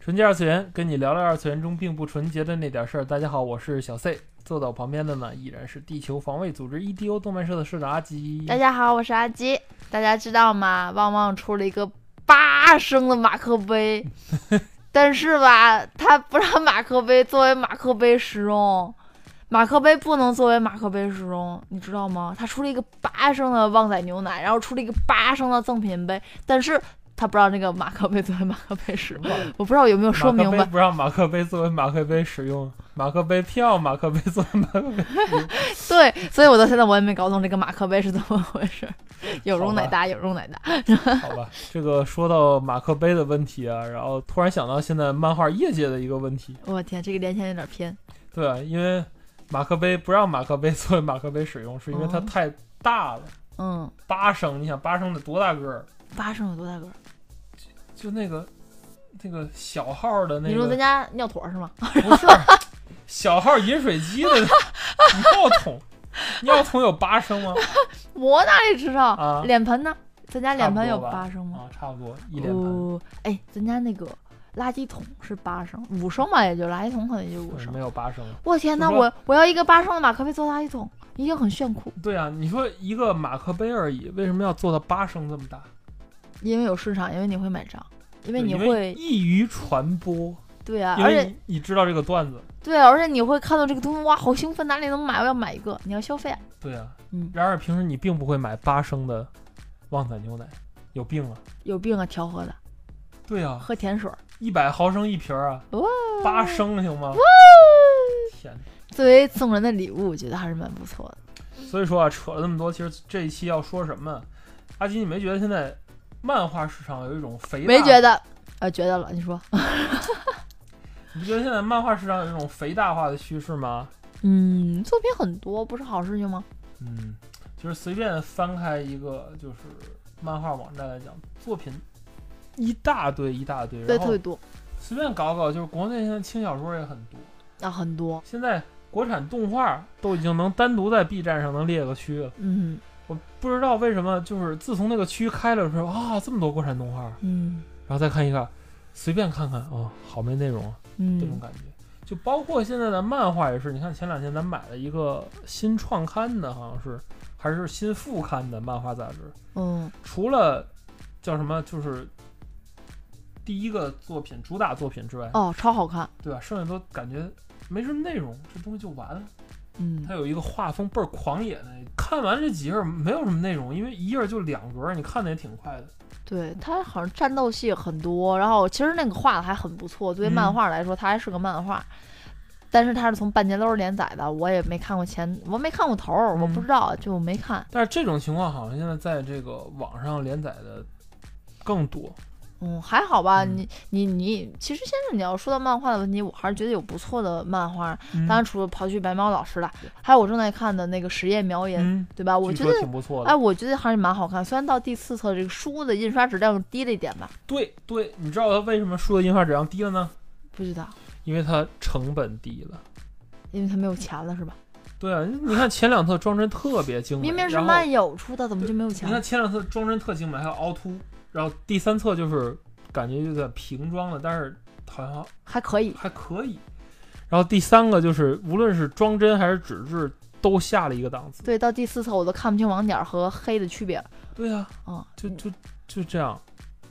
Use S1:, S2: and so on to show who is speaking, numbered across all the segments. S1: 纯洁二次元，跟你聊聊二次元中并不纯洁的那点事儿。大家好，我是小 C，坐在我旁边的呢依然是地球防卫组织 EDO 动漫社的社长阿吉。
S2: 大家好，我是阿吉。大家知道吗？旺旺出了一个八升的马克 杯，但是吧，他不让马克杯作为马克杯使用，马克杯不能作为马克杯使用，你知道吗？他出了一个八升的旺仔牛奶，然后出了一个八升的赠品杯，但是他不让这个马克杯作为马克杯使用。我不知道有没有说明
S1: 马克
S2: 白
S1: 杯。不让马克杯作为马克杯使用，马克杯票马克杯作为马克杯。
S2: 对，所以我到现在我也没搞懂这个马克杯是怎么回事，有容乃大，有容乃大。
S1: 好吧， 这个说到马克杯的问题啊，然后突然想到现在漫画业界的一个问题，
S2: 我天，这个连线有点偏。
S1: 对啊，因为马克杯不让马克杯作为马克杯使用，是因为它
S2: 哦
S1: 太大了，
S2: 嗯，
S1: 八升，你想八升得多大个儿？
S2: 八升有多大个儿？
S1: 就那个那个小号的那个。
S2: 你说咱家尿坨是吗？
S1: 不是小号饮水机的尿桶，尿桶有八升吗？
S2: 我哪里知道？
S1: 啊
S2: 脸盆呢？咱家脸盆
S1: 差
S2: 有
S1: 不多吧
S2: 八升吗？
S1: 啊，差不多一脸盆，
S2: 哦哎，咱家那个垃圾桶是八升，五升吧，也就垃圾桶可能也就五
S1: 对
S2: 升
S1: 没。有八升。
S2: 我天呐，
S1: 就说
S2: 我我要一个八升的马克杯做垃圾桶，一定很炫酷，
S1: 对啊，你说一个马克杯而已，为什么要做到八升这么大？
S2: 因为有市场，因为你会买账，因为
S1: 对
S2: 你
S1: 因
S2: 会
S1: 易于传播，
S2: 对啊，
S1: 因
S2: 而
S1: 为
S2: 且
S1: 你你知道这个段子。
S2: 对啊，而且你会看到这个东西，哇，好兴奋，哪里能买？我要买一个，你要消费啊。
S1: 对啊，
S2: 嗯
S1: 然而平时你并不会买八升的旺仔牛奶，有病啊！
S2: 有病啊，调和的，
S1: 对啊，
S2: 喝甜水儿。
S1: 一百毫升一瓶儿啊，
S2: 哇嗯
S1: 八 升行吗？天哪！
S2: 作为送人的礼物，我觉得还是蛮不错的。
S1: 所以说啊，扯了那么多，其实这一期要说什么？阿吉，你没觉得现在漫画市场有一种肥大？
S2: 没觉？得，呃，觉得了。你说，
S1: 你不觉得现在漫画市场有一种肥大化的趋势吗？
S2: 嗯，作品很多，不是好事情吗？
S1: 嗯，就是随便翻开一个就是漫画网站来讲，作品一大堆一大堆，
S2: 对，
S1: 然
S2: 特
S1: 后
S2: 别多
S1: 随便搞搞，就是国内现在轻小说也很多，
S2: 啊，很多。
S1: 现在国产动画都已经能单独在 B 站上能列个区了。
S2: 嗯
S1: 我不知道为什么，就是自从那个区开了之后啊，这么多国产动画。
S2: 嗯
S1: 然后再看一看，随便看看啊、哦好没内容啊，这种
S2: 嗯
S1: 感觉。就包括现在的漫画也是，你看前两天咱买了一个新创刊的，好像是还是新复刊的漫画杂志，
S2: 嗯
S1: 除了叫什么就是第一个作品主打作品之外，
S2: 哦，超好看。
S1: 对吧？剩下都感觉没什么内容，这东西就完了。
S2: 嗯
S1: 它有一个画风倍儿狂野的，看完这几页没有什么内容，因为一页就两格，你看的也挺快的。
S2: 对，它好像战斗戏很多，然后其实那个画的还很不错。作为漫
S1: 嗯
S2: 画来说，它还是个漫画，但是它是从半截楼连载的，我也没看过前，我没看过头儿，我不
S1: 嗯
S2: 知道，就没看。
S1: 但是这种情况好像现在在这个网上连载的更多。
S2: 嗯，还好吧。
S1: 嗯
S2: 你你你，其实先是你要说到漫画的问题，我还是觉得有不错的漫画。
S1: 嗯
S2: 当然，除了刨去白猫老师了，还有我正在看的那个《实验苗人》，
S1: 嗯，
S2: 对吧？我
S1: 据
S2: 觉
S1: 说
S2: 得，
S1: 挺不错的。
S2: 哎，我觉得还是蛮好看。虽然到第四册这个书的印刷质量低了一点吧，
S1: 对对，你知道它为什么书的印刷质量低了呢？
S2: 不知道，
S1: 因为它成本低了。
S2: 因为他没有钱了，是吧？
S1: 对啊，你你看前两册装帧特别精美，
S2: 明明是
S1: 然后
S2: 漫友出的，怎么就没有钱
S1: 你
S2: 了
S1: 看？前两册装帧特精美，还有凹凸，然后第三册就是感觉有点平装了，但是好像
S2: 还可以，
S1: 还可以。然后第三个就是无论是装帧还是纸质都下了一个档次。
S2: 对，到第四册我都看不清网点儿和黑的区别了。
S1: 对啊，
S2: 嗯，
S1: 就就就这样，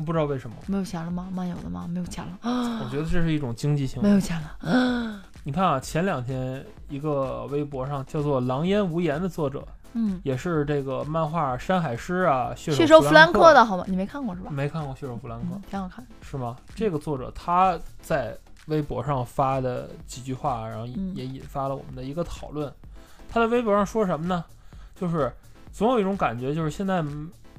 S1: 不知道为什么，
S2: 没有钱了吗？漫友的吗？没有钱了，
S1: 我觉得这是一种经济行为
S2: 啊没。有钱了。
S1: 你看啊，前两天一个微博上叫做“狼烟无言”的作者，
S2: 嗯，
S1: 也是这个漫画《山海诗》啊，《血
S2: 血
S1: 手
S2: 手
S1: 弗
S2: 弗
S1: 兰
S2: 兰
S1: 克》
S2: 克的好吗？你没看过是吧？
S1: 没看过《血手弗兰克
S2: 嗯，挺好看的。》
S1: 是吗？这个作者他在微博上发的几句话，然后也
S2: 嗯
S1: 也引发了我们的一个讨论。他在微博上说什么呢？就是总有一种感觉，就是现在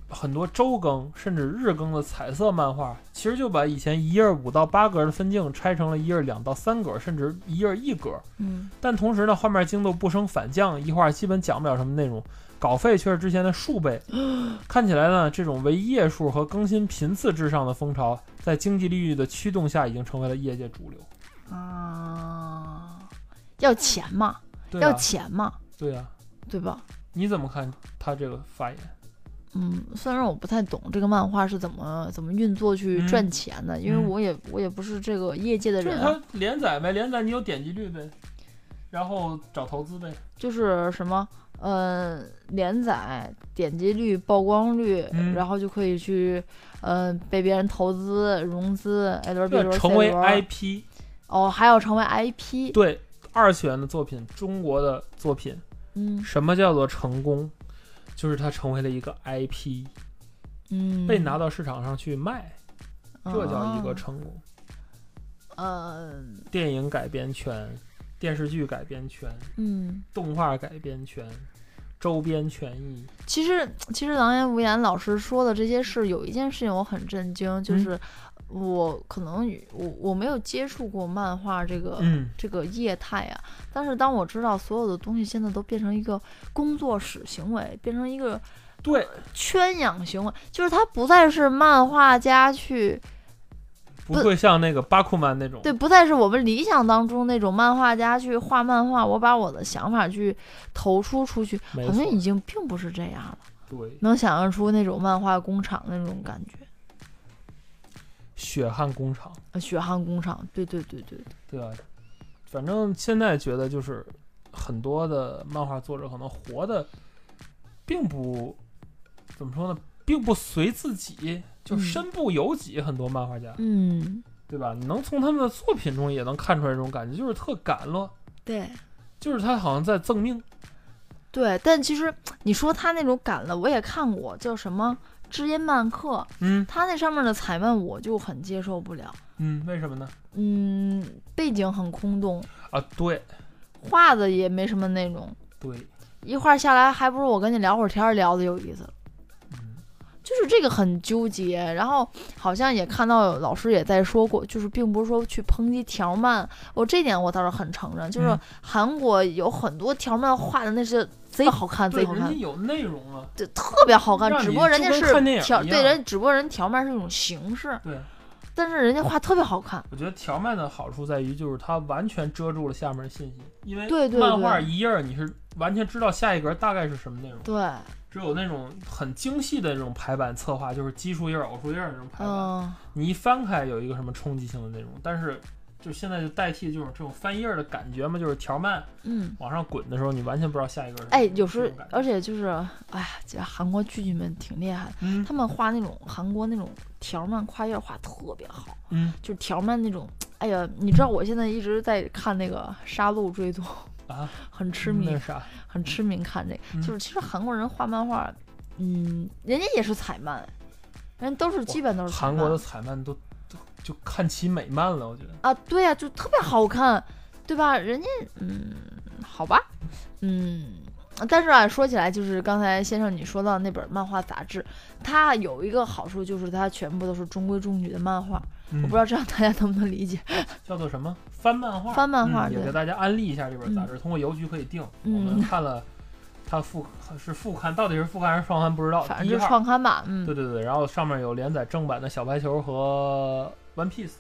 S1: 很多周更甚至日更的彩色漫画，其实就把以前一页五到八格的分镜拆成了一页两到三格，甚至一页一格。
S2: 嗯
S1: 但同时呢，画面精度不升反降，一画基本讲不了什么内容，稿费却是之前的数 倍。看起来呢，这种为页数和更新频次至上的风潮，在经济利益的驱动下，已经成为了业界主流。嗯
S2: 啊，要钱嘛，
S1: 对
S2: 要
S1: 啊，
S2: 钱嘛，
S1: 对啊，
S2: 对吧？
S1: 你怎么看他这个发言？
S2: 嗯，虽然我不太懂这个漫画是怎么怎么运作去
S1: 嗯
S2: 赚钱的，因为
S1: 嗯
S2: 我也我也不是这个业界的
S1: 就是
S2: 人，啊
S1: 他连载呗，连载你有点击率呗，然后找投资呗。
S2: 就是什么，呃，连载、点击率、曝光率，
S1: 嗯
S2: 然后就可以去，呃，被别人投资、融资，哎，轮比
S1: 这
S2: 轮
S1: 成为
S2: C 轮
S1: IP，
S2: 哦，还要成为 IP，
S1: 对二次元的作品，中国的作品，
S2: 嗯
S1: 什么叫做成功？就是它成为了一个 IP，
S2: 嗯，
S1: 被拿到市场上去卖，这叫一个
S2: 哦
S1: 成功。
S2: 呃
S1: 电影改编权、电视剧改编权、
S2: 嗯，
S1: 动画改编权、周边权益，
S2: 其实其实狼烟无言老师说的这些事，有一件事情我很震惊，
S1: 嗯
S2: 就是我可能与我我没有接触过漫画这个
S1: 嗯，
S2: 这个业态啊。但是当我知道所有的东西现在都变成一个工作室行为，变成一个
S1: 对，
S2: 圈养行为，就是它不再是漫画家去
S1: 不
S2: 不
S1: 会像那个巴库曼那种，
S2: 对，不再是我们理想当中那种漫画家去画漫画，我把我的想法去投出出去，
S1: 没
S2: 好像已
S1: 错，
S2: 经并不是这样了。
S1: 对，
S2: 能想象出那种漫画工厂那种感觉，
S1: 血汗工厂。
S2: 呃血汗工厂，对对对对，对
S1: 对啊，反正现在觉得就是很多的漫画作者可能活的并不怎么说呢，并不随自己，就
S2: 嗯
S1: 身不由己。很多漫画家，
S2: 嗯，
S1: 对吧？你能从他们的作品中也能看出来这种感觉，就是特赶了，
S2: 对。
S1: 就是他好像在赠命。
S2: 对，但其实你说他那种赶了，我也看过，叫什么《知音漫客》，
S1: 嗯
S2: 他那上面的彩漫我就很接受不了。
S1: 嗯，为什么呢？
S2: 嗯，背景很空洞，
S1: 啊，对
S2: 画的也没什么内容，
S1: 对，
S2: 一画下来还不如我跟你聊会儿天儿聊的有意思。
S1: 嗯，
S2: 就是这个很纠结，然后好像也看到有老师也在说过，就是并不是说去抨击条漫，我这点我倒是很承认，就是
S1: 嗯
S2: 韩国有很多条漫画的那是贼好看，
S1: 啊对，
S2: 贼好
S1: 人家
S2: 看，
S1: 有内容啊，
S2: 对，特别好看
S1: 让，
S2: 只
S1: 你
S2: 不过人
S1: 就
S2: 家
S1: 跟看电
S2: 是
S1: 影
S2: 条
S1: 一
S2: 对
S1: 样
S2: 人，只不过人条漫是一种形式，
S1: 对。
S2: 但是人家画特别好看，
S1: 我觉得条漫的好处在于，就是它完全遮住了下面的信息，因为
S2: 对对
S1: 漫
S2: 对
S1: 画一页儿你是完全知道下一格大概是什么内容，
S2: 对，
S1: 只有那种很精细的那种排版策划，就是奇数页儿、偶数页儿那种排版，
S2: 嗯。
S1: 你一翻开有一个什么冲击性的内容，但是就现在就代替这种这种翻页儿的感觉嘛，就是条漫
S2: 嗯，
S1: 往上滚的时候，你完全不知道下一格是什么。
S2: 哎，有时
S1: 这
S2: 候
S1: 种感，觉
S2: 而且就是，哎呀，这韩国剧剧们挺厉害的，
S1: 嗯
S2: 他们画那种韩国那种条漫跨页画特别好，
S1: 嗯
S2: 就是条漫那种，哎呀，你知道我现在一直在看那个《杀戮追踪》
S1: 啊，
S2: 很痴迷，
S1: 那啥，
S2: 很痴迷看这
S1: 嗯
S2: 个，就是其实韩国人画漫画，嗯，人家也是彩漫，人都是基本都是彩
S1: 韩
S2: 漫
S1: 国的彩漫都都就看起美漫了，我觉得。
S2: 啊，对呀、就特别好看，对吧？人家嗯，好吧，嗯。但是啊，说起来，就是刚才先生你说到那本漫画杂志，它有一个好处就是它全部都是中规中矩的漫画，
S1: 嗯、
S2: 我不知道这样大家能不能理解。
S1: 叫做什么翻漫画，
S2: 翻漫画
S1: 嗯也
S2: 对
S1: 给大家安利一下这本杂志，通过邮局可以订。
S2: 嗯
S1: 我们看了它复是复刊，到底是复刊还是双刊不知道。
S2: 反
S1: 第
S2: 正
S1: 一
S2: 就是
S1: 号，
S2: 创刊吧，嗯
S1: 对对对，然后上面有连载正版的小白球和 One Piece，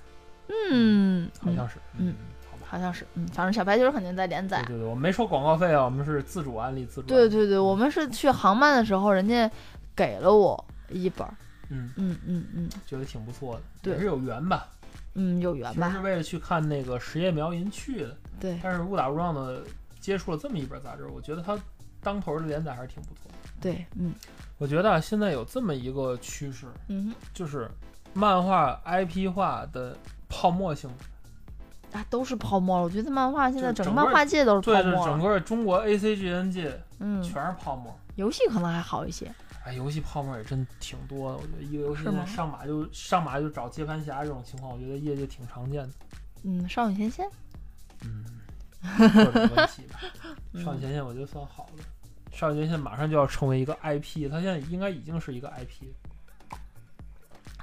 S2: 嗯，
S1: 好
S2: 嗯
S1: 像是，
S2: 嗯，
S1: 好吧。
S2: 好像是，嗯，反正小白球肯定在连载
S1: 对。对对，我们没收广告费啊，我们是自主安利，自主。
S2: 对，对对，我们是去航漫的时候，人家给了我一本儿，
S1: 嗯，
S2: 嗯嗯嗯
S1: 觉得挺不错的，
S2: 对
S1: 也是有缘吧。
S2: 嗯，有缘
S1: 其实
S2: 吧？
S1: 是为了去看那个实业苗银去的，
S2: 对
S1: 但是误打误撞的接触了这么一本杂志，我觉得它当头的连载还是挺不错的。
S2: 对，嗯
S1: 我觉得啊，现在有这么一个趋势，
S2: 嗯
S1: 就是漫画 IP 化的泡沫性，
S2: 哼，啊，都是泡沫了。我觉得漫画现在
S1: 就
S2: 整个
S1: 整个
S2: 漫画界都是
S1: 对，
S2: 泡
S1: 就是
S2: 沫
S1: 整
S2: 了。
S1: 个中国 ACGN 界
S2: 嗯，
S1: 全是泡沫。
S2: 游戏可能还好一些。
S1: 哎，游戏泡沫也真挺多的，我觉得一个游戏
S2: 是吗
S1: 上马就上马就找接盘侠这种情况，我觉得业界挺常见的。
S2: 嗯，少女前线，
S1: 嗯，各种问题吧。
S2: 嗯
S1: 上前线我觉得算好的，少年现在马上就要成为一个 IP，它现在应该已经是一个 IP，
S2: 嗯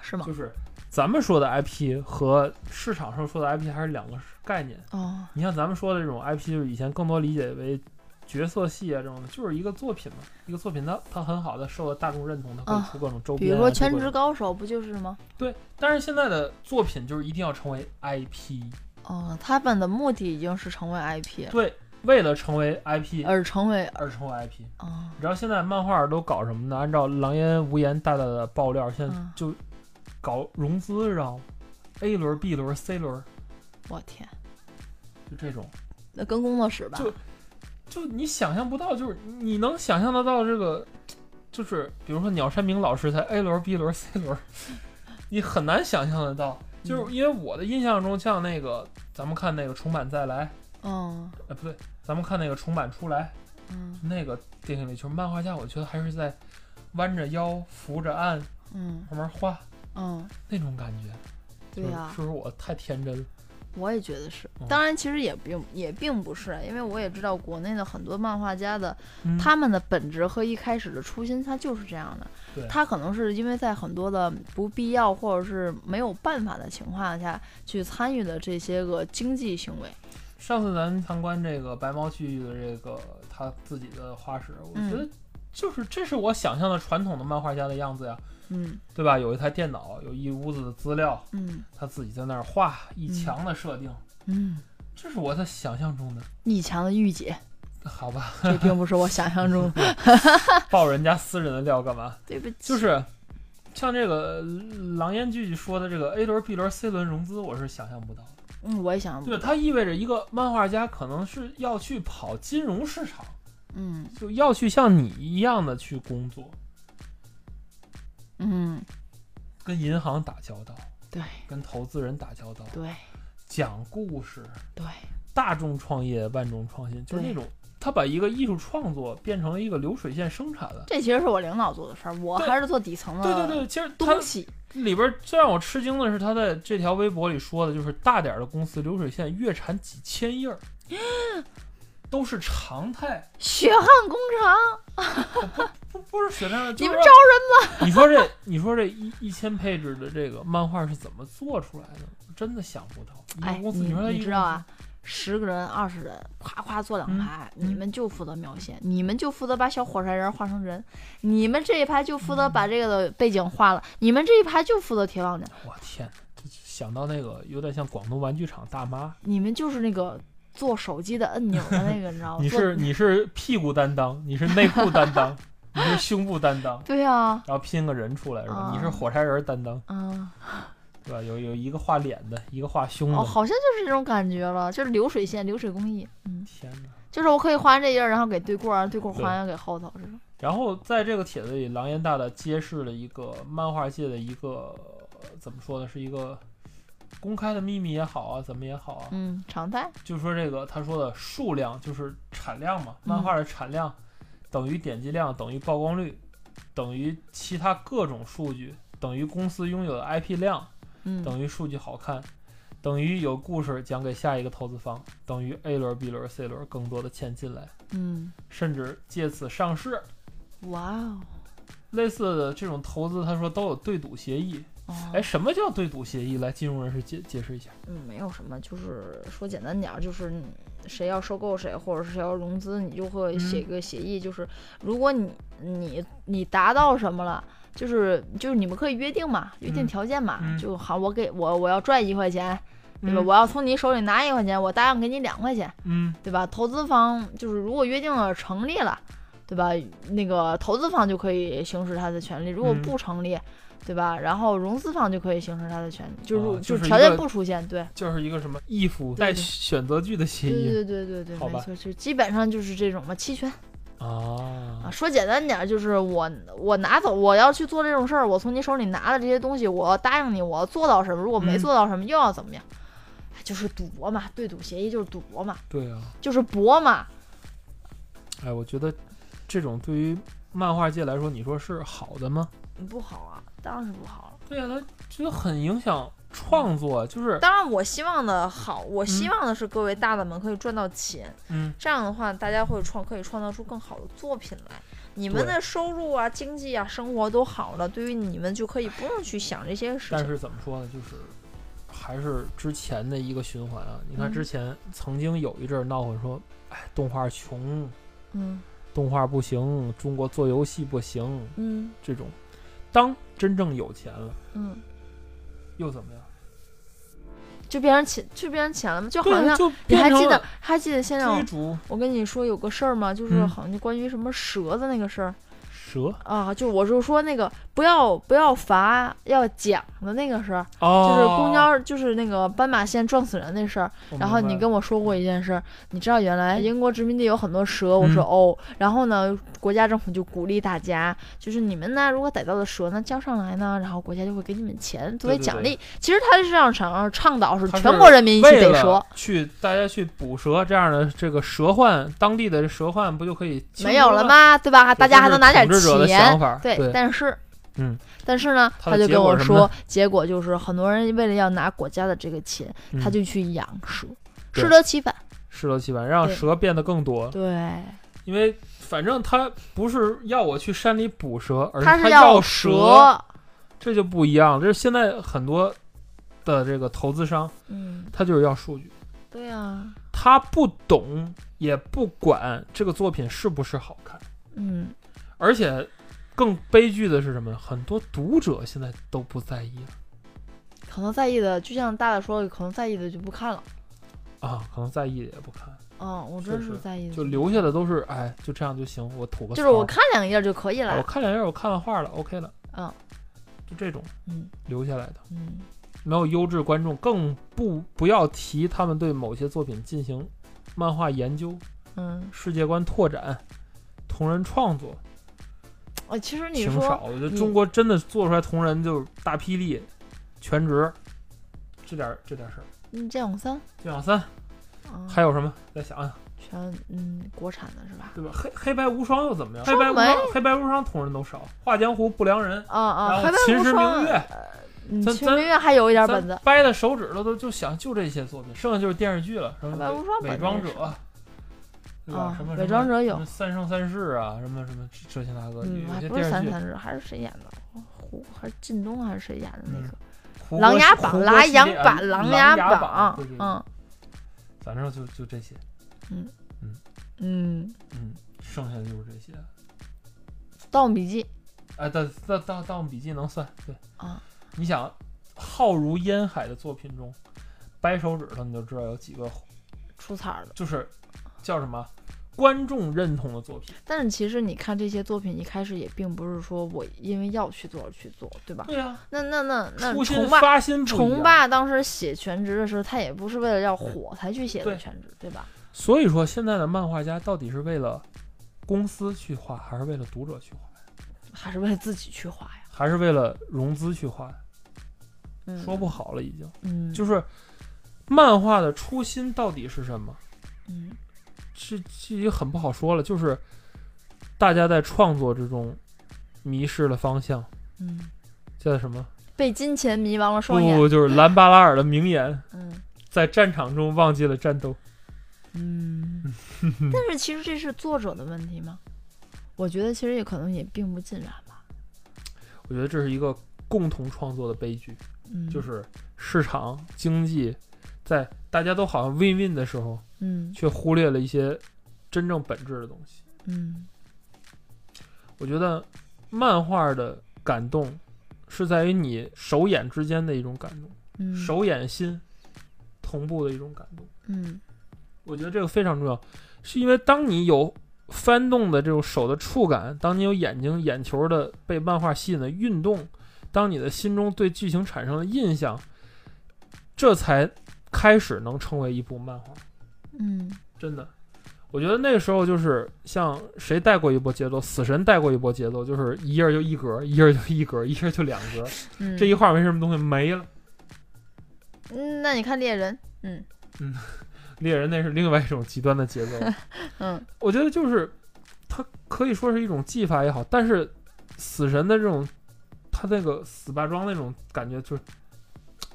S2: 是吗
S1: 就？是咱们说的 IP 和市场上说的 IP 还是两个概念。
S2: 哦，
S1: 你像咱们说的这种 IP，就是以前更多理解为角色戏啊这种的，就是一个作品嘛，一个作品它它很好的受到大众认同，它可
S2: 啊
S1: 以出各种周
S2: 比
S1: 边、啊
S2: 如说《
S1: 出各
S2: 全
S1: 种
S2: 职高手》不就是吗？
S1: 对，但是现在的作品就是一定要成为 IP，
S2: 哦，他们的目的已经是成为 IP，
S1: 对，为了成为 IP
S2: 而成为
S1: 而成为 IP。
S2: 哦，
S1: 你知道现在漫画都搞什么呢？按照狼烟无言大大的爆料，现在
S2: 嗯
S1: 就搞融资，知道吗？A 轮、B 轮、C 轮，
S2: 我天，
S1: 就这种，
S2: 那跟工作室吧，
S1: 就就你想象不到，就是你能想象得到这个，就是比如说鸟山明老师才 A 轮、B 轮、C 轮， 你很难想象得到。就是因为我的印象中，像那个咱们看那个重版再来，
S2: 嗯
S1: 哎，不对，咱们看那个重版出来
S2: 嗯
S1: 那个电影里，就是漫画家，我觉得还是在弯着腰、扶着岸
S2: 嗯
S1: 慢慢画
S2: 嗯，
S1: 那种感觉。就
S2: 对啊
S1: 是
S2: 呀、
S1: 是不是我太天真了？
S2: 我也觉得是
S1: 嗯。
S2: 当然，其实也并也并不是，啊因为我也知道国内的很多漫画家的
S1: 嗯
S2: 他们的本质和一开始的初心，他就是这样
S1: 对
S2: 的。他可能是因为在很多的不必要或者是没有办法的情况下去参与的这些个经济行为。
S1: 上次咱们参观这个白猫剧的这个他自己的画室，我
S2: 嗯
S1: 觉得就是这是我想象的传统的漫画家的样子呀，
S2: 嗯
S1: 对吧？有一台电脑，有一屋子的资料，
S2: 嗯
S1: 他自己在那儿画一墙的设定，
S2: 嗯，
S1: 这是我在想象中的。
S2: 逆强的御姐，
S1: 好吧，
S2: 这并不是我想象中的。
S1: 爆人家私人的料干嘛？
S2: 对不起，
S1: 就是像这个呃狼烟剧说的这个 A 轮、B 轮、C 轮融资，我是想象不到的。
S2: 嗯，我也想不
S1: 对，它意味着一个漫画家可能是要去跑金融市场，
S2: 嗯
S1: 就要去像你一样的去工作，
S2: 嗯，
S1: 跟银行打交道，
S2: 对
S1: 跟投资人打交道，
S2: 对
S1: 讲故事，
S2: 对，
S1: 大众创业，万众创新，就是
S2: 对
S1: 那种他把一个艺术创作变成了一个流水线生产了。
S2: 这其实是我领导做的事儿，我
S1: 对
S2: 还是做底层
S1: 对对
S2: 的
S1: 对，其实他
S2: 东西。
S1: 里边最让我吃惊的是，他在这条微博里说的，就是大点儿的公司流水线月产几千页儿，都是常态。
S2: 血汗工厂，
S1: 不不是血战的，就
S2: 你们
S1: 是
S2: 招
S1: 你说这，你说这一一千配置的这个漫画是怎么做出来的？我真的想不到。一
S2: 哎，
S1: 个
S2: 你
S1: 公司，你说他一
S2: 你
S1: 个
S2: 知道
S1: 公司
S2: 啊？？十个人、二十人，夸夸坐两
S1: 嗯
S2: 排，
S1: 嗯
S2: 你们就负责描写，你们就负责把小火柴人画成人，你们这一排就负责把这个的背景画了，你们这一排就负责贴旺角，
S1: 我天，这想到那个有点像广东玩具厂大妈。
S2: 你们就是那个做手机的按钮的那个，你知道吗？
S1: 你
S2: 哦做
S1: 是你是屁股担当，你是内裤担 当，你是胸部担当，
S2: 对啊，
S1: 然后拼个人出来是吧？
S2: 啊
S1: 你是火柴人担当
S2: 嗯，
S1: 对吧？有有一个画脸的，一个画胸的。
S2: 哦，好像就是这种感觉了，就是流水线、流水工艺，嗯，
S1: 天哪！
S2: 就是我可以画完这页儿，然后给对过儿，然后对过儿
S1: 对
S2: 画完给后头，这种，
S1: 然后在这个帖子里，狼烟大大揭示了一个漫画界的一个、呃怎么说呢，是一个公开的秘密也好啊，怎么也好啊，
S2: 嗯，常态，
S1: 就说这个他说的数量就是产量嘛，
S2: 嗯
S1: 漫画的产量等于点击量等于曝光率等于其他各种数据等于公司拥有的 IP 量
S2: 嗯，
S1: 等于数据好看。等于有故事讲给下一个投资方，等于 A 轮、B 轮、C 轮更多的钱进来，
S2: 嗯，
S1: 甚至借此上市，
S2: 哇哦，
S1: 类似的这种投资，他说都有对赌协议。
S2: 哦
S1: 哎，什么叫对赌协议？来，金融人士解解释一下。
S2: 嗯，没有什么，就是说简单点儿，就是你谁要收购谁，或者是谁要融资，你就会写一
S1: 嗯
S2: 个协议，就是如果你你你达到什么了。就是就是你们可以约定嘛，约定
S1: 嗯
S2: 条件嘛，
S1: 嗯
S2: 就好，我给我我要赚一块钱，对吧？
S1: 嗯
S2: 我要从你手里拿一块钱，我答应给你两块钱，
S1: 嗯
S2: 对吧？投资方就是如果约定了成立了，对吧？那个投资方就可以行使他的权利，如果
S1: 嗯
S2: 不成立，对吧？然然后融资方就可以行使他的权利，就是、
S1: 哦就
S2: 就是
S1: 一
S2: 条件
S1: 个
S2: 不出现，对，
S1: 就是一个什么义父
S2: 对
S1: 带
S2: 对
S1: 选择句的协
S2: 对
S1: 议
S2: 对对对对，
S1: 好
S2: 没
S1: 吧
S2: 错，就基本上就是这种嘛，期权啊。
S1: 啊。
S2: 说简单点儿，就是我我拿走，我要去做这种事儿，我从你手里拿的这些东西，我答应你，我做到什么，如果没
S1: 嗯
S2: 做到什么，又要怎么样？哎就是赌博嘛，对赌协议就是赌博嘛，
S1: 对啊，
S2: 就是博嘛，
S1: 哎，我觉得这种对于漫画界来说，你说是好的吗？
S2: 嗯不好啊，当然是不好了。
S1: 对呀、啊，他觉得很影响创作，就是
S2: 当然，我希望的好，我希望的是各位大大们可以赚到钱，
S1: 嗯，
S2: 这样的话，大家会创可以创造出更好的作品来。你们
S1: 对
S2: 的收入啊、经济啊、生活都好了，对于你们就可以不用去想这些事
S1: 但
S2: 情。
S1: 是怎么说呢，就是还是之前的一个循环啊。你看
S2: 嗯
S1: 之前曾经有一阵儿闹混说，哎，动画穷，
S2: 嗯
S1: 动画不行，中国做游戏不行
S2: 嗯
S1: 这种。当真正有钱了，
S2: 嗯，
S1: 又怎么样？
S2: 就变成钱，就变成钱了吗？就好
S1: 对，啊
S2: 像
S1: 就
S2: 你
S1: 变
S2: 还
S1: 成
S2: 记得
S1: 了
S2: 还记得现在我
S1: 追逐
S2: 我跟你说有个事儿吗？就是
S1: 嗯
S2: 好像就关于什么蛇的那个事儿、
S1: 蛇
S2: 啊，就我就说那个不要不要罚要奖的那个事儿，
S1: 哦
S2: 就是公交就是那个斑马线撞死人那事儿。
S1: 我
S2: 然后
S1: 明白
S2: 你
S1: 了
S2: 跟我说过一件事儿，你知道原来英国殖民地有很多蛇，我说
S1: 嗯
S2: 哦，然后呢，国家政府就鼓励大家，就是你们呢，如果逮到了蛇呢，交上来呢，然后国家就会给你们钱作为
S1: 对对
S2: 奖
S1: 对
S2: 励。其实他是让想倡导是
S1: 他
S2: 全
S1: 是
S2: 国人民一起
S1: 为
S2: 逮
S1: 了
S2: 蛇，
S1: 去大家去捕蛇，这样的这个蛇患，当地的蛇患不就可以
S2: 没有了？吗？对吧？大
S1: 这
S2: 家还
S1: 啊是
S2: 能拿点
S1: 统治者的
S2: 钱
S1: 想，法
S2: 对，
S1: 对
S2: 但是，
S1: 嗯，
S2: 但是呢，
S1: 它
S2: 他
S1: 的
S2: 就
S1: 结
S2: 跟
S1: 果
S2: 我
S1: 是什么
S2: 说，结果就是很多人为了要拿国家的这个钱，他
S1: 嗯
S2: 就去养蛇，
S1: 对
S2: 适得其反。
S1: 适得其反，让
S2: 对
S1: 蛇变得更多。
S2: 对，
S1: 因为反正他不是要我去山里捕蛇，而
S2: 他
S1: 他
S2: 是
S1: 要蛇，
S2: 蛇，
S1: 这就不一样。这是现在很多的这个投资商，
S2: 嗯，
S1: 他就是要数据，
S2: 对啊。
S1: 他不懂也不管这个作品是不是好看，
S2: 嗯，
S1: 而且。更悲剧的是什么？很多读者现在都不在意
S2: 可能在意的，就像大大说，的，可能在意的就不看了。
S1: 了啊，可能在意也不看。
S2: 嗯，我真
S1: 确实
S2: 是在意的，
S1: 就留下的都是哎，就这样就行，我吐个槽
S2: 就是我看两页就可以
S1: 哎我
S2: 了。
S1: 看两页，我看完画了，OK 了，
S2: 嗯
S1: 就这种
S2: 嗯
S1: 留下来的，
S2: 嗯，
S1: 没有优质观众，更不不要提他们对某些作品进行漫画研究、
S2: 嗯，
S1: 世界观拓展、同人创作，
S2: 哦，其实你
S1: 挺
S2: 说，
S1: 少。我觉得
S2: 你
S1: 中国真的做出来同人就是大霹雳、全职，这点儿这点儿事儿。
S2: 嗯，剑网三，
S1: 剑网三
S2: 嗯，
S1: 还有什么？再想啊想，
S2: 全嗯国产的是吧？
S1: 对吧？黑黑白无双又怎么样？黑
S2: 双
S1: 白无
S2: 眉
S1: 双，黑白无双同人都少，画江湖不良人，
S2: 啊啊，
S1: 然
S2: 黑
S1: 后
S2: 白
S1: 秦
S2: 无
S1: 时
S2: 双
S1: 明，月，
S2: 嗯，
S1: 咱
S2: 秦
S1: 咱
S2: 时明月还有一点
S1: 咱
S2: 本子，
S1: 掰的手指头都就想就这些作品，剩下就是电视剧了，什么
S2: 白无双
S1: 伪
S2: 本
S1: 伪
S2: 子
S1: 装
S2: 也
S1: 者
S2: 是，
S1: 对吧？
S2: 啊
S1: 什么
S2: 伪装者有
S1: 什么三生三世啊，什么什么这这些那个，
S2: 嗯，
S1: 有
S2: 还
S1: 些
S2: 不是
S1: 电视
S2: 三
S1: 剧
S2: 三日，还是谁演的？哦胡还是靳东还是谁演的那个
S1: 胡
S2: 《
S1: 歌
S2: 琅琊
S1: 系嗯
S2: 榜》？
S1: 胡歌
S2: 琅
S1: 系列
S2: 琊
S1: 啊
S2: 榜，琅
S1: 琅
S2: 琊
S1: 榜
S2: 榜，，
S1: 对对对
S2: 嗯
S1: 反正就就这些，
S2: 嗯，
S1: 嗯，剩下的就是这些。
S2: 《盗墓笔记》
S1: 哎，《盗盗盗盗墓笔记》能算对
S2: 啊？
S1: 你想，浩如烟海的作品中，掰手指头你就知道有几个，
S2: 出彩儿了。
S1: 就是叫什么观众认同的作品。
S2: 但是其实你看这些作品，一开始也并不是说我因为要去做而去做，对吧？
S1: 对呀、
S2: 那那那啊那
S1: 初心
S2: 崇拜
S1: 发心不一样
S2: 崇。拜当时写全职的时候，他也不是为了要火才去写的
S1: 对
S2: 全职，对吧？
S1: 所以说，现在的漫画家到底是为了公司去画，还是为了读者去画，
S2: 还是为了自己去画呀？
S1: 还是为了融资去画？
S2: 嗯，
S1: 说不好了，已经、
S2: 嗯，
S1: 就是漫画的初心到底是什么？
S2: 嗯
S1: 这这也很不好说了。就是大家在创作之中迷失了方向，
S2: 嗯，
S1: 叫什么？
S2: 被金钱迷茫了
S1: 不
S2: 双
S1: 不
S2: 眼。
S1: 不，就是兰巴拉尔的名言：
S2: 嗯
S1: 在战场中忘记了战斗。
S2: 嗯，但是其实这是作者的问题吗？我觉得其实也可能也并不尽然吧。
S1: 我觉得这是一个共同创作的悲剧。
S2: 嗯，
S1: 就是市场经济在大家都好像 win win 的时候，
S2: 嗯
S1: 却忽略了一些真正本质的东西。
S2: 嗯
S1: 我觉得漫画的感动是在于你手眼之间的一种感动，
S2: 嗯，
S1: 手眼心同步的一种感动。
S2: 嗯
S1: 我觉得这个非常重要，是因为当你有翻动的这种手的触感，当你有眼睛、眼球的被漫画吸引的运动，当你的心中对剧情产生了印象，这才开始能成为一部漫画。
S2: 嗯
S1: 真的，我觉得那个时候就是像谁带过一波节奏，死神带过一波节奏，就是一页就一格，一页就一格，一页就两格，
S2: 嗯，
S1: 这一画没什么东西没了。
S2: 嗯，那你看猎人，
S1: 猎人那是另外一种极端的 节奏。
S2: 嗯
S1: 我觉得就是它可以说是一种技法也好，但是死神的这种他那个死霸装那种感觉，就是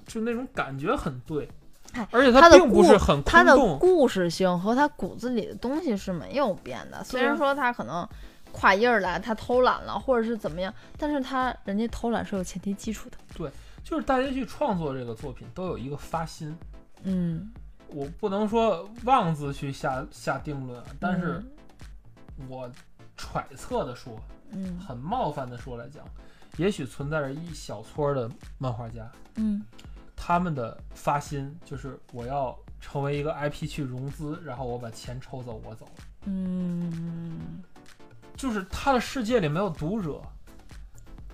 S1: 就那种感觉很对
S2: 哎，
S1: 而且
S2: 他
S1: 它
S2: 的
S1: 并不
S2: 故
S1: 是很
S2: 他
S1: 空
S2: 的
S1: 洞，
S2: 故事性和他骨子里的东西是没有变的。虽然说他可能跨页儿了，他偷懒了，或者是怎么样，但是他人家偷懒是有前提基础的。
S1: 就是大家去创作这个作品都有一个发心。
S2: 嗯，
S1: 我不能说妄自去下下定论啊，但是
S2: 嗯
S1: 我揣测的说，
S2: 嗯
S1: 很冒犯的说来讲，也许存在着一小撮儿的漫画家，
S2: 嗯
S1: 他们的发心就是我要成为一个 IP 去融资，然后我把钱抽走，我走了。
S2: 嗯
S1: 就是他的世界里没有读者，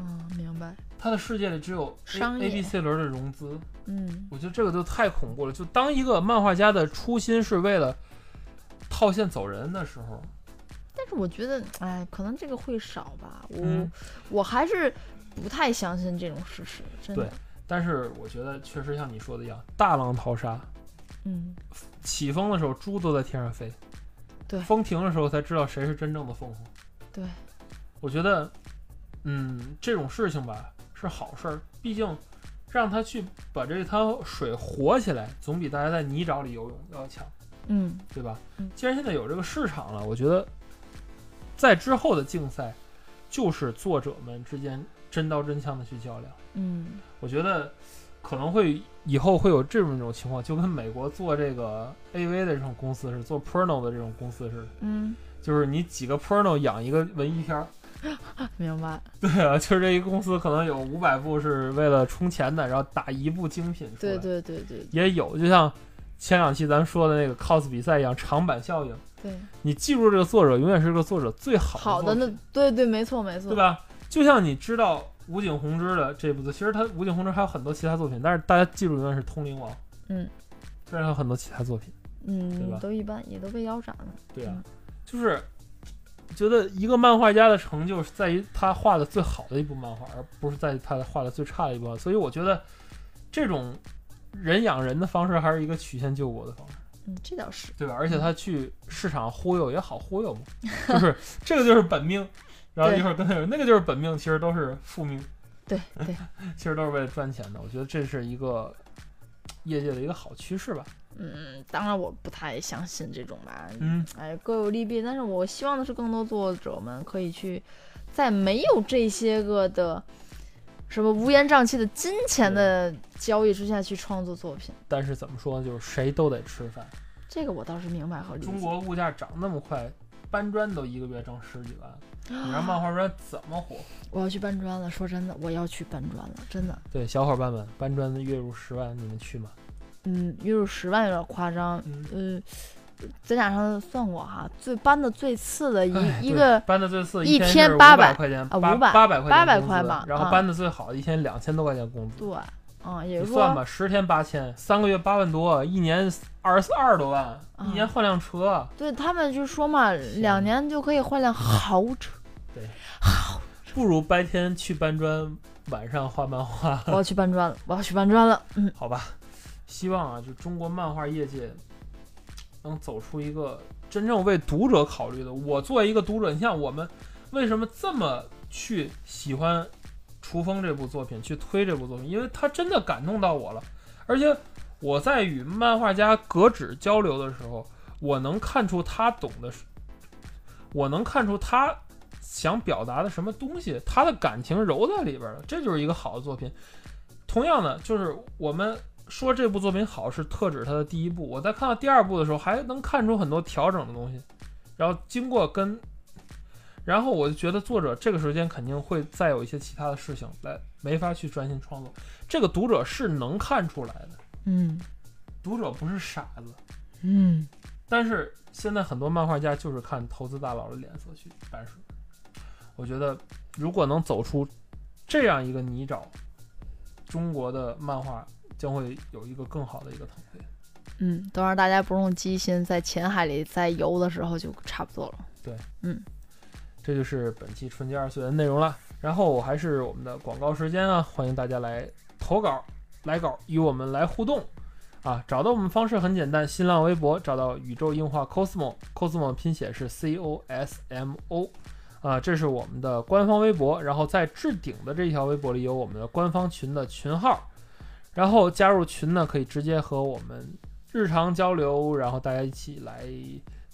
S2: 嗯，明白。
S1: 他的世界里只有 A,
S2: 商业
S1: A B C 轮的融资。
S2: 嗯
S1: 我觉得这个就太恐怖了。就当一个漫画家的初心是为了套现走人的时候，
S2: 但是我觉得，哎，可能这个会少吧。我、
S1: 嗯
S2: 我还是不太相信这种事实，真的
S1: 对。但是我觉得确实像你说的一样，大浪淘沙。
S2: 嗯，
S1: 起风的时候，猪都在天上飞；
S2: 对
S1: 风停的时候，才知道谁是真正的凤凰。
S2: 对，
S1: 我觉得，嗯，这种事情吧是好事儿，毕竟让他去把这滩水活起来，总比大家在泥沼里游泳要强，
S2: 嗯
S1: 对吧
S2: 嗯？
S1: 既然现在有这个市场了，我觉得在之后的竞赛就是作者们之间真刀真枪的去较量。
S2: 嗯
S1: 我觉得可能会以后会有这么一种情况，就跟美国做这个 AV 的这种公司是做 porno 的这种公司似的，
S2: 嗯，
S1: 就是你几个 porno 养一个文艺片儿。
S2: 明白。
S1: 对啊，就是这一个公司可能有五百部是为了充钱的，然后打一部精品出来。
S2: 对对对对
S1: 也有，就像前两期咱们说的那个 cos 比赛一样，长板效应。
S2: 对，
S1: 你记住这个作者，永远是这个作者最好的
S2: 好
S1: 作
S2: 的那
S1: 品
S2: 对对，没错没错，
S1: 对？吧？就像你知道武警红之的这部作，其实他武警红之还有很多其他作品，但是大家记住永远是《通灵王》。
S2: 嗯，
S1: 虽然还有很多其他作品。对吧
S2: 嗯，都一般，也都被腰斩了。
S1: 对啊
S2: 嗯，
S1: 就是觉得一个漫画家的成就是在于他画的最好的一部漫画，而不是在于他画的最差的一部漫画。所以我觉得这种人养人的方式还是一个曲线救国的方式，
S2: 嗯，这倒是。
S1: 对吧？而且
S2: 嗯
S1: 他去市场忽悠也好忽悠嘛， 就是这个就是本命。然后一会儿跟他说那个就是本命，其实都是副命，
S2: 对对，
S1: 其实都是为了赚钱的。我觉得这是一个业界的一个好趋势吧。
S2: 嗯，当然我不太相信这种吧。
S1: 嗯，
S2: 哎，各有利弊。但是我希望的是，更多作者们可以去，在没有这些个的什么乌烟瘴气的金钱的交易之下去创作作品。
S1: 但是怎么说呢，就是谁都得吃饭。
S2: 这个我倒是明白和理
S1: 中
S2: 解。
S1: 国物价涨那么快，搬砖都一个月挣十几万， 你让漫画砖怎么火？
S2: 啊我要去搬砖了，说真的，我要去搬砖了，真的。
S1: 对，小伙伴们，搬砖的月入十万，你们去吗？
S2: 嗯，月入十万有点夸张。
S1: 嗯，
S2: 嗯，咱俩上次算过哈，最搬的最次的
S1: 哎
S2: 一一
S1: 对
S2: 个
S1: 搬的最次
S2: 一天
S1: 是
S2: 800
S1: 百块钱，八
S2: 500
S1: 八百块
S2: 800
S1: 钱工
S2: 块
S1: 资
S2: 吧
S1: 然后
S2: 啊
S1: 搬的最好的一天两千多块钱工资，
S2: 对，嗯，也
S1: 你
S2: 就是
S1: 算
S2: 说，
S1: 吧，十天八千，三个月八万多，一年二十二十多万，
S2: 啊
S1: 一年换辆车，
S2: 对他们就说嘛，两年就可以换辆豪车。
S1: 不如白天去搬砖，晚上画漫画，
S2: 我要去搬砖了，我要去搬砖了。嗯
S1: 好吧？希望啊，就中国漫画业界能走出一个真正为读者考虑的。我作为一个读者，你像我们为什么这么去喜欢《雏风》这部作品，去推这部作品，因为它真的感动到我了。而且我在与漫画家格指交流的时候，我能看出他懂的是，我能看出他想表达的什么东西，他的感情揉在里边了，这就是一个好的作品。同样的，就是我们说这部作品好是特指它的第一部，我在看到第二部的时候还能看出很多调整的东西，然后经过跟，然后我就觉得作者这个时间肯定会再有一些其他的事情来没法去专心创作，这个读者是能看出来的，
S2: 嗯
S1: 读者不是傻子，
S2: 嗯，
S1: 但是现在很多漫画家就是看投资大佬的脸色去办事，我觉得如果能走出这样一个泥沼，中国的漫画将会有一个更好的一个腾飞。
S2: 嗯，都让大家不用机心，在浅海里在游的时候就差不多了。
S1: 这就是本期春节二次元内容了。然后还是我们的广告时间啊，欢迎大家来投稿、来稿与我们来互动啊。找到我们方式很简单，新浪微博找到宇宙硬化 cosmo，cosmo 拼写是 c o s m o。啊，这是我们的官方微博，然后在置顶的这条微博里有我们的官方群的群号，然后加入群呢，可以直接和我们日常交流，然后大家一起来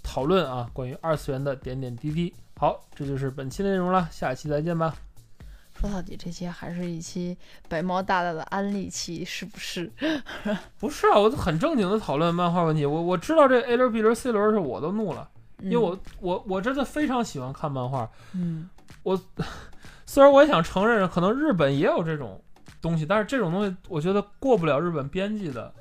S1: 讨论啊，关于二次元的点点滴滴。好，这就是本期内容了，下期再见吧。
S2: 说到底，这期还是一期白猫大大的安利期，是不是？
S1: 不是啊，我很正经的讨论漫画问题。我我知道这 A 轮、B 轮、C 轮是我都怒了，因为我、我我真的非常喜欢看漫画。
S2: 嗯，
S1: 虽然我也想承认，可能日本也有这种东西，但是这种东西我觉得过不了日本编辑的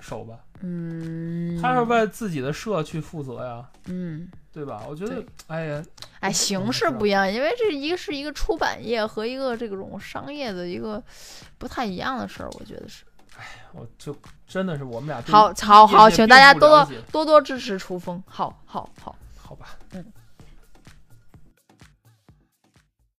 S1: 手吧，
S2: 嗯嗯，
S1: 他是为自己的社去负责呀，
S2: 嗯，
S1: 对吧？我觉得
S2: 对，
S1: 哎呀，
S2: 哎，形式不一样，因为这一个是一个出版业和一个这种商业的一个不太一样的事儿，我觉得是。
S1: 我就真的是我们俩对
S2: 好，好，好，
S1: 业界
S2: 请大家
S1: 并不
S2: 多
S1: 了
S2: 多
S1: 解
S2: 多多支持楚风，好好好。
S1: 好吧，
S2: 嗯